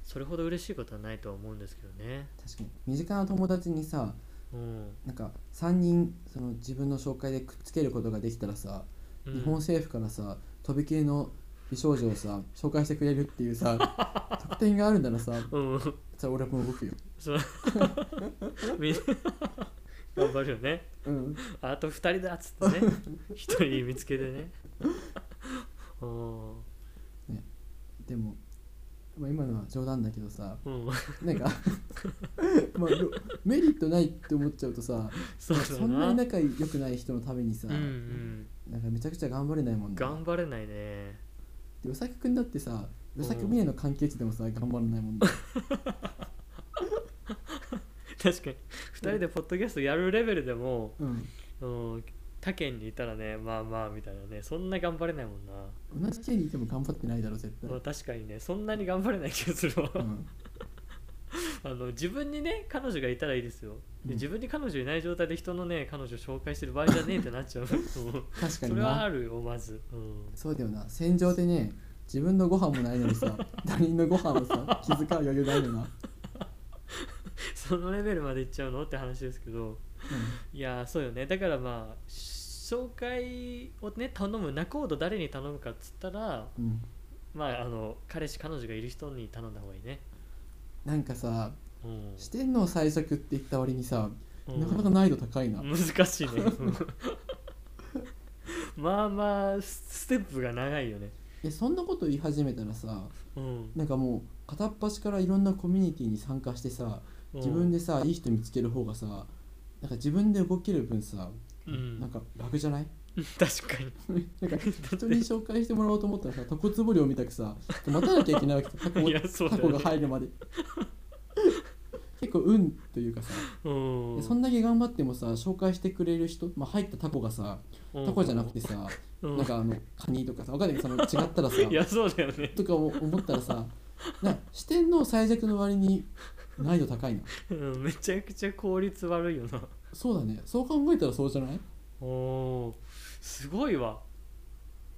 S1: それほど嬉しいことはないとは思うんですけどね
S2: 確かに身近な友達にさ
S1: うん、
S2: なんか3人その自分の紹介でくっつけることができたらさ、
S1: うん
S2: 日本政府からさとびきりの美少女をさ紹介してくれるっていうさ 特典があるならさ
S1: うん
S2: じゃあ俺も動くよ。
S1: そう みんな頑張るよね
S2: うん。
S1: あと2人だっつってね1 人見つけてね うん
S2: でも、まあ、今のは冗談だけどさ、
S1: うん
S2: な んかまあろメリットないって思っちゃうとさ、
S1: そうだな
S2: そんなに仲良くない人のためにさ、
S1: うんうん
S2: なんかめちゃくちゃ頑張れないもんね。
S1: 頑張れないね
S2: で、うさきくんだってさ、うさき
S1: うん
S2: みねの関係値でもさ、頑張らないもんね。
S1: 確かに2人でポッドキャストやるレベルでも、
S2: うん。
S1: うん他県にいたらねまあまあみたいなねそんな頑張れないもんな、
S2: 同じ県にいても頑張ってないだろ、絶対
S1: まあ。確かにねそんなに頑張れない気がするわ、
S2: うん。
S1: あの自分にね彼女がいたらいいですよ
S2: う
S1: で
S2: ん
S1: 自分に彼女いない状態で人のね彼女紹介してる場合じゃねえってなっ ちゃううん
S2: 確か
S1: そ
S2: に
S1: れはあ
S2: な。
S1: るよまず、うん、
S2: そうだよな。戦場でね、自分のご飯もないの にさ、他人のご飯をさ、気遣う余裕ないよな。
S1: そのレベルまでいっちゃうのって話ですけどいやーそうよねだからまあし紹介をね頼む仲人誰に頼むかっつったら
S2: うん、
S1: まああの彼氏彼女がいる人に頼んだ方がいいね
S2: なんかさ
S1: うん
S2: 四天王最速って言った割にさ、
S1: うん
S2: なかなか難易度高いな、
S1: 難しいね うんまあまあスステップが長いよね
S2: えそんなこと言い始めたらさ
S1: うん
S2: なんかもう片っ端からいろんなコミュニティに参加してさ自分
S1: で
S2: でさいい人見つける方がさなんか自分で動ける分さ、
S1: うん
S2: なんか楽じゃない
S1: 確かに
S2: なんか人に紹介してもらおうと思ったらさタコつぼ漁みたくさ待たなきゃいけないわけさタコ
S1: いやそうだ
S2: タ
S1: よ
S2: コ
S1: ね
S2: が入るまで結構運というかさ
S1: うん
S2: そんだけ頑張ってもさ紹介してくれる人、まあ、入ったタコがさタコじゃなくてさ
S1: うん
S2: なんかあのカニとかさわかんないけど その違ったらさ
S1: いやそうだよね
S2: とか思ったらさな四天王最弱の割に難易度高いな
S1: うんめちゃくちゃ効率悪いよな
S2: そうだねそう考えたらそうじゃない
S1: おーすごいわ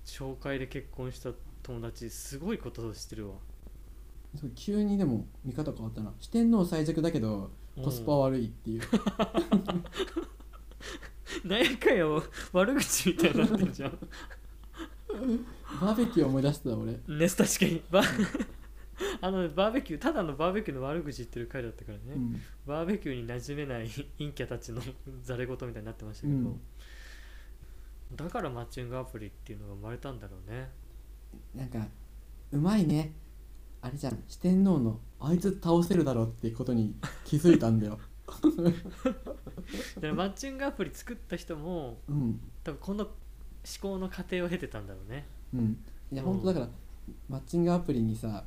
S1: 紹介で結婚した友達すごいことをしてるわ
S2: そう急にでも見方変わったな四天王最弱だけどコスパ
S1: は
S2: 悪いっていう
S1: 何やかんや悪口みたいになってんじゃ ん
S2: バーベキュー思い出してた俺
S1: ね確かにバ あのバーベキューただのバーベキューの悪口言ってる回だったからね、
S2: うん
S1: バーベキューに馴染めない陰キャたちのざれ言みたいになってましたけど、
S2: うん
S1: だからマッチングアプリっていうのが生まれたんだろうね
S2: なんかうまいねあれじゃん四天王のあいつ倒せるだろうってことに気づいた んだよ
S1: だからマッチングアプリ作った人も
S2: うん
S1: 多分この思考の過程を経てたんだろうね、
S2: うんいや
S1: うん
S2: 本当だからマッチングアプリにさ、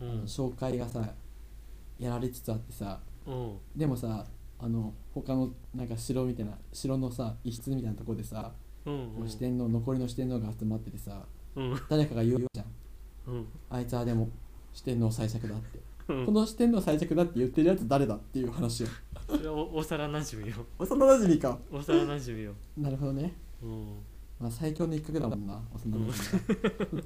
S1: う
S2: あの
S1: ん
S2: 紹介がさやられつつあってさ
S1: うん、
S2: でもさあの他のなんか城みたいな城のさ一室みたいなとこでさ、
S1: うんうん
S2: 四天王残りの四天王が集まっててさ
S1: うん
S2: 誰かが言うじゃん
S1: うん
S2: あいつはでも四天王最弱だって、
S1: うん
S2: この四天王最弱だって言ってるやつ誰だっていう話を
S1: それはお幼なじみよ
S2: 幼馴染か
S1: 幼なじみよ、
S2: なるほどね、
S1: うん、
S2: まあ、最強の一角だもんな幼馴染が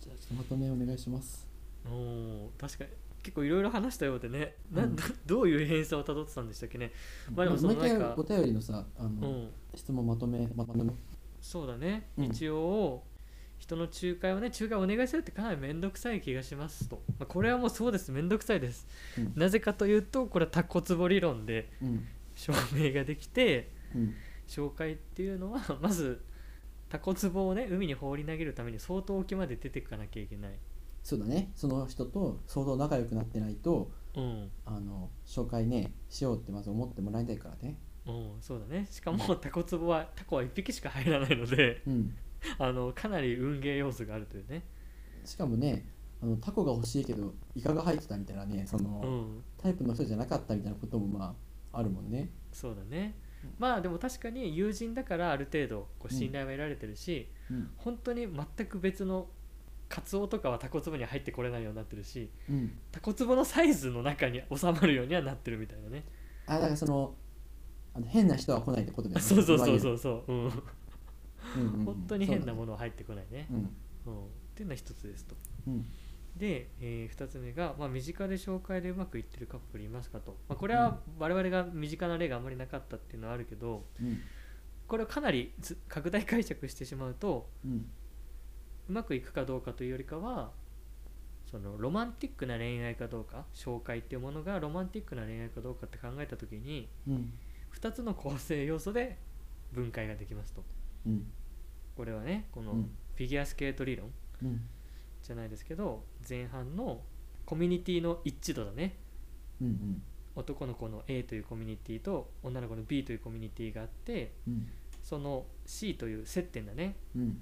S2: じゃあちょっとまとめお願いします
S1: おー確かに結構いろいろ話したようでね、な
S2: うん
S1: どどういう偏差をたどってたんでしたっけね、まあでもその
S2: もう一回
S1: なんか
S2: お便りのさあ
S1: う
S2: の、
S1: ん、
S2: 質問まとめまとめの
S1: そうだね、
S2: うん
S1: 一応人の仲介をね仲介お願いするってかなり面倒くさい気がしますと、まあ、これはもうそうです面倒くさいです、
S2: うん
S1: なぜかというとこれはタコツボ理論で
S2: うん
S1: 証明ができて
S2: うん
S1: 紹介っていうのはまずタコツボをね海に放り投げるために相当沖まで出ていかなきゃいけない、
S2: そうだねその人と相当仲良くなってないと
S1: うん
S2: あの紹介ねしようってまず思ってもらいたいからね
S1: うん、そうだねしかもタコツボはタコは1匹しか入らないので
S2: うん
S1: あのかなり運ゲー要素があるというね、
S2: しかもねあのタコが欲しいけどイカが入ってたみたいなねその、
S1: うん、
S2: タイプの人じゃなかったみたいなこともまああるもんね
S1: そうだね
S2: うん
S1: まあでも確かに友人だからある程度こう
S2: うん
S1: 信頼は得られてるし、
S2: うん
S1: 本当に全く別のカツオとかはタコツボには入ってこれないようになってるし
S2: うん
S1: タコツボのサイズの中に収まるようにはなってるみたいなね
S2: あだからそのあの変な人は来ないってことだよね
S1: そうそうそうそううそう、うん、本当に変なものは入ってこないね、
S2: のうん
S1: うん、っていうのは一つですと
S2: うん
S1: で、え2つ目が、まあ、身近で紹介でうまくいってるカップルいますかと、まあ、これは我々が身近な例があまりなかったっていうのはあるけど
S2: うん
S1: これをかなりず拡大解釈してしまうと
S2: うん
S1: うまくいくかどうかというよりかはそのロマンティックな恋愛かどうか紹介っていうものがロマンティックな恋愛かどうかって考えた時に
S2: うん
S1: 2つの構成要素で分解ができますと
S2: うん
S1: これはねこの
S2: うん
S1: フィギュアスケート理論
S2: うん
S1: じゃないですけど前半のコミュニティの一致度だね
S2: うんうん
S1: 男の子の A というコミュニティと女の子の B というコミュニティがあって
S2: うん
S1: その C という接点だね
S2: うん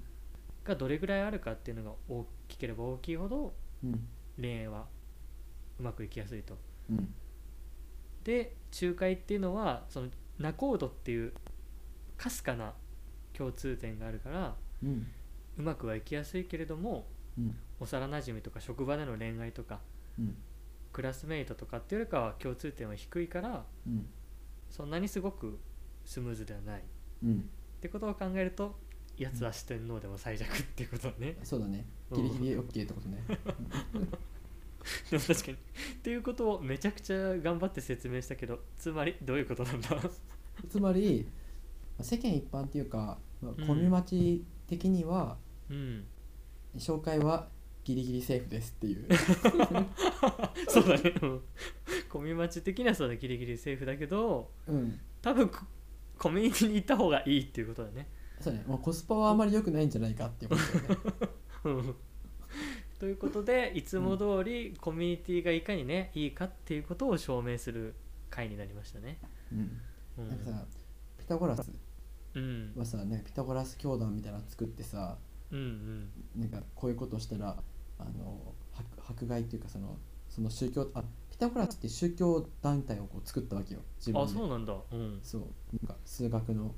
S1: がどれぐらいあるかっていうのが大きければ大きいほど
S2: うん
S1: 恋愛はうまくいきやすいと。
S2: うん
S1: で仲介っていうのはその仲人っていうかすかな共通点があるから
S2: うん
S1: うまくはいきやすいけれども
S2: うん
S1: 幼なじみとか職場での恋愛とか
S2: うん
S1: クラスメイトとかっていうよりかは共通点は低いから
S2: うん
S1: そんなにすごくスムーズではないっ
S2: うん
S1: てことを考えるとやつは四天王でも最弱っていうことはね、
S2: そうだねギリギリ OK ってことね
S1: でも確かにっていうことをめちゃくちゃ頑張って説明したけどつまりどういうことなんだ
S2: つまり世間一般っていうか、まあ
S1: うん
S2: コミュ町的には
S1: うん
S2: 紹介はギリギリセーフですっていう
S1: そうだねうんコミマチ的にはそうだギリギリセーフだけど
S2: うん
S1: 多分ココミュニティに行った方がいいっていうことだね
S2: そうね、まあ、コスパはあまり良くないんじゃないかっていうこと だよね
S1: うんということでいつも通りコミュニティがいかにねいいかっていうことを証明する回になりましたね。
S2: うん
S1: う
S2: なんか
S1: ん
S2: さピタゴラス
S1: うん
S2: はさなんかピタゴラス教団みたいなの作ってさ
S1: うんうん
S2: なんかこういうことしたらあの迫迫害っていうかそのその宗教あピタゴラスって宗教団体をこう作ったわけよ自分
S1: あ
S2: で
S1: そうなんだ。うん
S2: そうなんか数学の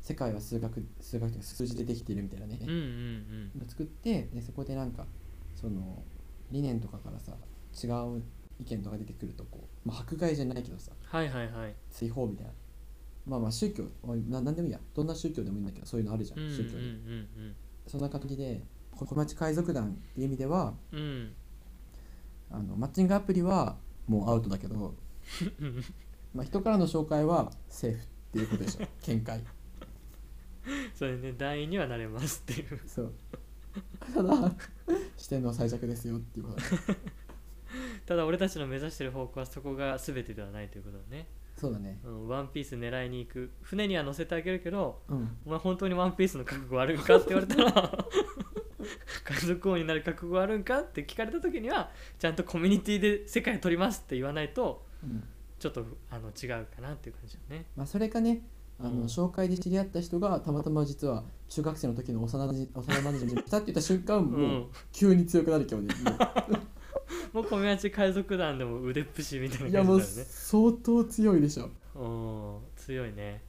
S2: 世界は数学数学というか数字でできているみたいなね、
S1: うんうん
S2: 作ってでそこでなんかその理念とかからさ違う意見とか出てくるとこう、まあ、迫害じゃないけどさ
S1: はいはいはい。
S2: 追放みたいなまあまあ宗教おいな何でもいいやどんな宗教でもいいんだけどそういうのあるじゃん、
S1: うんうん
S2: 宗教で
S1: うん
S2: そんな感じでこ小町海賊団っていう意味では
S1: うんうん
S2: あのマッチングアプリはもうアウトだけ ど、
S1: うん。
S2: まあ、人からの紹介はセーフっていうこ とでしょ見解
S1: それね団員にはなれますっていう。
S2: そうただ視点の最弱ですよっていうことだね
S1: ただ俺たちの目指してる方向はそこが全てではないということだね。
S2: そうだね
S1: うん、ワンピース狙いに行く船には乗せてあげるけど
S2: うん
S1: お前本当にワンピースの覚悟あるんかって言われたら 海賊王になる覚悟あるんかって聞かれた時にはちゃんとコミュニティで世界を取りますって言わないと
S2: うん
S1: ちょっとあの違うかなっていう感じだね
S2: まあ、それかねあの、
S1: うん
S2: 紹介で知り合った人がたまたま実は中学生の時の幼なじ幼なじみだったって言った瞬間
S1: うん
S2: もう急に強くなるけどね、
S1: もうコミュニティ海賊団でも腕っぷしみた
S2: もう
S1: い
S2: い
S1: な
S2: やも
S1: 感
S2: う
S1: じだよね
S2: 相当強いでしょっ
S1: うん強いね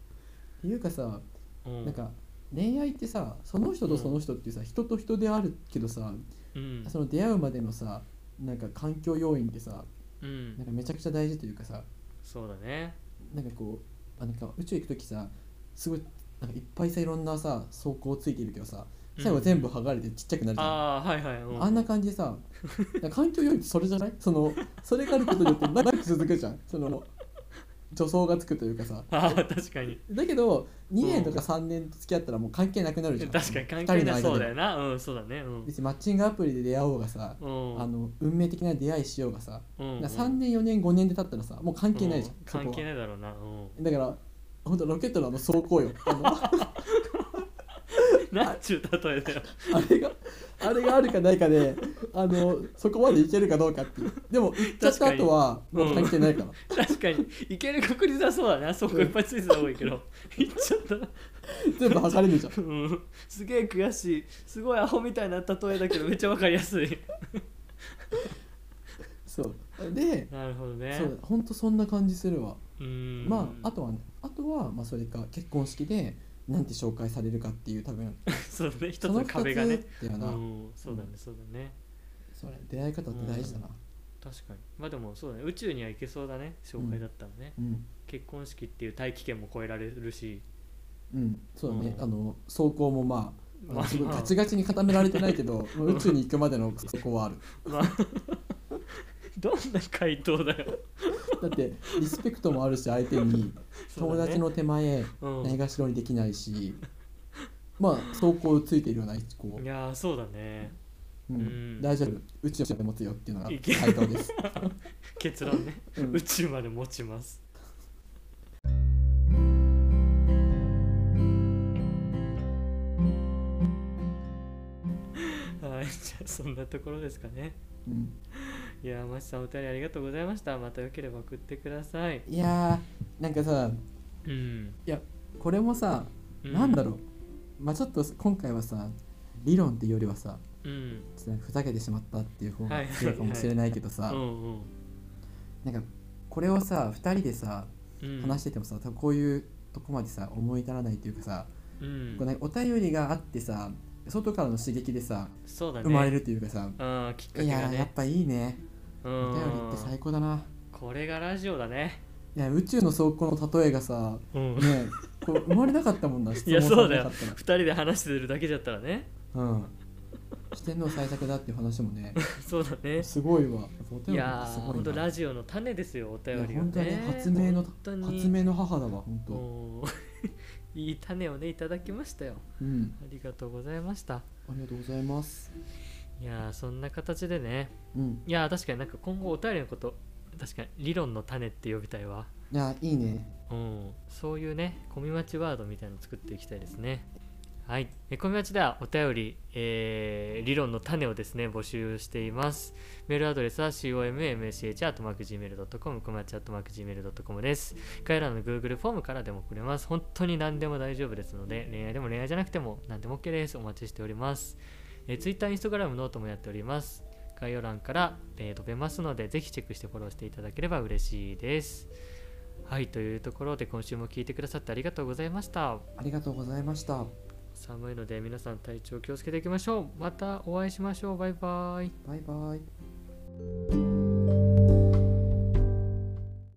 S2: ていうかさ
S1: うん
S2: なんか恋愛ってさその人とその人っていうさ、人と人であるけどさ
S1: うん
S2: その出会うまでのさなんか環境要因ってさ
S1: う
S2: なん
S1: ん
S2: かめちゃくちゃ大事というかさ
S1: そうだね
S2: なんかこうあなんか宇宙行く時さすごいなんかいっぱいさいろんなさ走行ついてるけどさ最後全部剥がれてちっちゃくなるじゃん
S1: ああはいはい、う
S2: あんな感じでさなんか環境要因ってそれじゃないそのそれがあることによって長く続くじゃんその助走がつくというかさ
S1: ああ確かに
S2: だけど2年とか3年付き合ったらもう関係なくなるじゃん
S1: 確かに関係ないそうだよ
S2: ね
S1: なうんそうだねうん
S2: 別にマッチングアプリで出会おうがさ
S1: うん
S2: あの運命的な出会いしようがさ
S1: うん
S2: 3年4年5年で経ったらさもう関係ないじゃん
S1: うん
S2: そこは
S1: 関係ないだろうな、 うん、
S2: だから本当ロケットのあの走行よあの
S1: なんちゅう例えだよ
S2: あれがあれがあるかないかであのそこまでいけるかどうかっていうでも行っちゃった後は
S1: 確かに
S2: もう関係ないから、
S1: 確かにいける確率はそうだなそこいっぱいついてた方がいいけど行っちゃったな
S2: 全部剥がれるじゃん
S1: うんすげえ悔しいすごいアホみたいな例えだけどめっちゃわかりやすい
S2: そうで、
S1: なるほどね
S2: そうほんとそんな感じするわ、
S1: うん
S2: まああとはねあとはまあそれか結婚式でなんて紹介されるかっていう多分
S1: そうね一
S2: そ
S1: つの壁が
S2: 二
S1: ね
S2: つっていう
S1: う
S2: のはな、
S1: んそうだねそうだね
S2: それ出会い方って大事だな
S1: 確かにまあでもそうだね宇宙には行けそうだね紹介だったらね、
S2: うん、うん
S1: 結婚式っていう大気圏も超えられるし
S2: そうだね、
S1: うん
S2: あの走行もまああ
S1: まあ
S2: のすごいガチガチに固められてない けど、まあ宇宙に行くまでの走行はある
S1: まあ どんな回答だ よ
S2: だってリスペクトもあるし相手に
S1: そう
S2: 友
S1: だね
S2: 達の手前
S1: うん
S2: ないがしろにできないし、まあ走行ついているような一行
S1: いやーそうだね
S2: うん
S1: うん
S2: 大丈夫宇宙まで持つよっていうのが
S1: いけ
S2: 回 答です、
S1: 結論 ね
S2: うん
S1: 宇宙まで持ちます はいじゃあそんなところですかね
S2: うん
S1: いやーまちさんお便りありがとうございましたまたよければ送ってください
S2: いやーなんかさ
S1: うん、
S2: これもさ、
S1: うん、
S2: なんだろうまあちょっと今回はさ理論っていうよりはさ
S1: ううん
S2: ちょっとなんかふざけてしまったっていう方
S1: は
S2: が
S1: いはい
S2: 強いかもしれないけどさ、
S1: うんうん
S2: なんかこれをさ2人でさ
S1: うん
S2: 話しててもさ、多分こういうとこまでさ思い至らないというかさ、
S1: うん
S2: こうなんかお便りがあってさ外からの刺激でさ
S1: そうだね
S2: 生まれるというかさ、
S1: うんきっかけ
S2: いや
S1: が
S2: ーやっ
S1: ね
S2: ぱいいね
S1: う
S2: お
S1: ん
S2: 便りって最高だな
S1: これがラジオだね
S2: いや宇宙の走行の例えがさ
S1: うん
S2: ねえこう生まれなかったもんな質
S1: いや
S2: 問さ
S1: そうだ
S2: れな
S1: よ
S2: かったら
S1: 2人で話してるだけだったらね
S2: うん四天王最作だっていう話もね
S1: そうだね
S2: すごいわお
S1: い
S2: 便り
S1: や
S2: す
S1: ー
S2: ごい
S1: 本当
S2: な
S1: ラジオの種ですよお便
S2: い
S1: り
S2: や
S1: は
S2: 本当はね
S1: ね
S2: 発明の
S1: 本当に
S2: 発明の母だわ本当
S1: もう いい種をねいただきましたよ
S2: うん
S1: ありがとうございました
S2: ありがとうございます
S1: いやーそんな形でね
S2: うん
S1: いやー確かになんか今後お便りのこと確かに理論の種って呼びたいわ
S2: いやいいね
S1: うん、そういうね、コミマチワードみたいなの作っていきたいですね。はい、えコミマチではお便り、えー理論の種をですね、募集しています。メールアドレスは commsh.gmail.com、コミマチ .gmail.com です。概要欄の Google フォームからでも送れます。本当に何でも大丈夫ですので、恋愛でも恋愛じゃなくても何でも OK です。お待ちしております。え Twitter、Instagram、ノートもやっております。概要欄から、えー飛べますので、ぜひチェックしてフォローしていただければ嬉しいです。はい、というところで今週も聞いてくださってありがとうございました。
S2: ありがとうございました
S1: 寒いので皆さん体調気をつけていきましょう。またお会いしましょう。バイバイ。
S2: バイバイ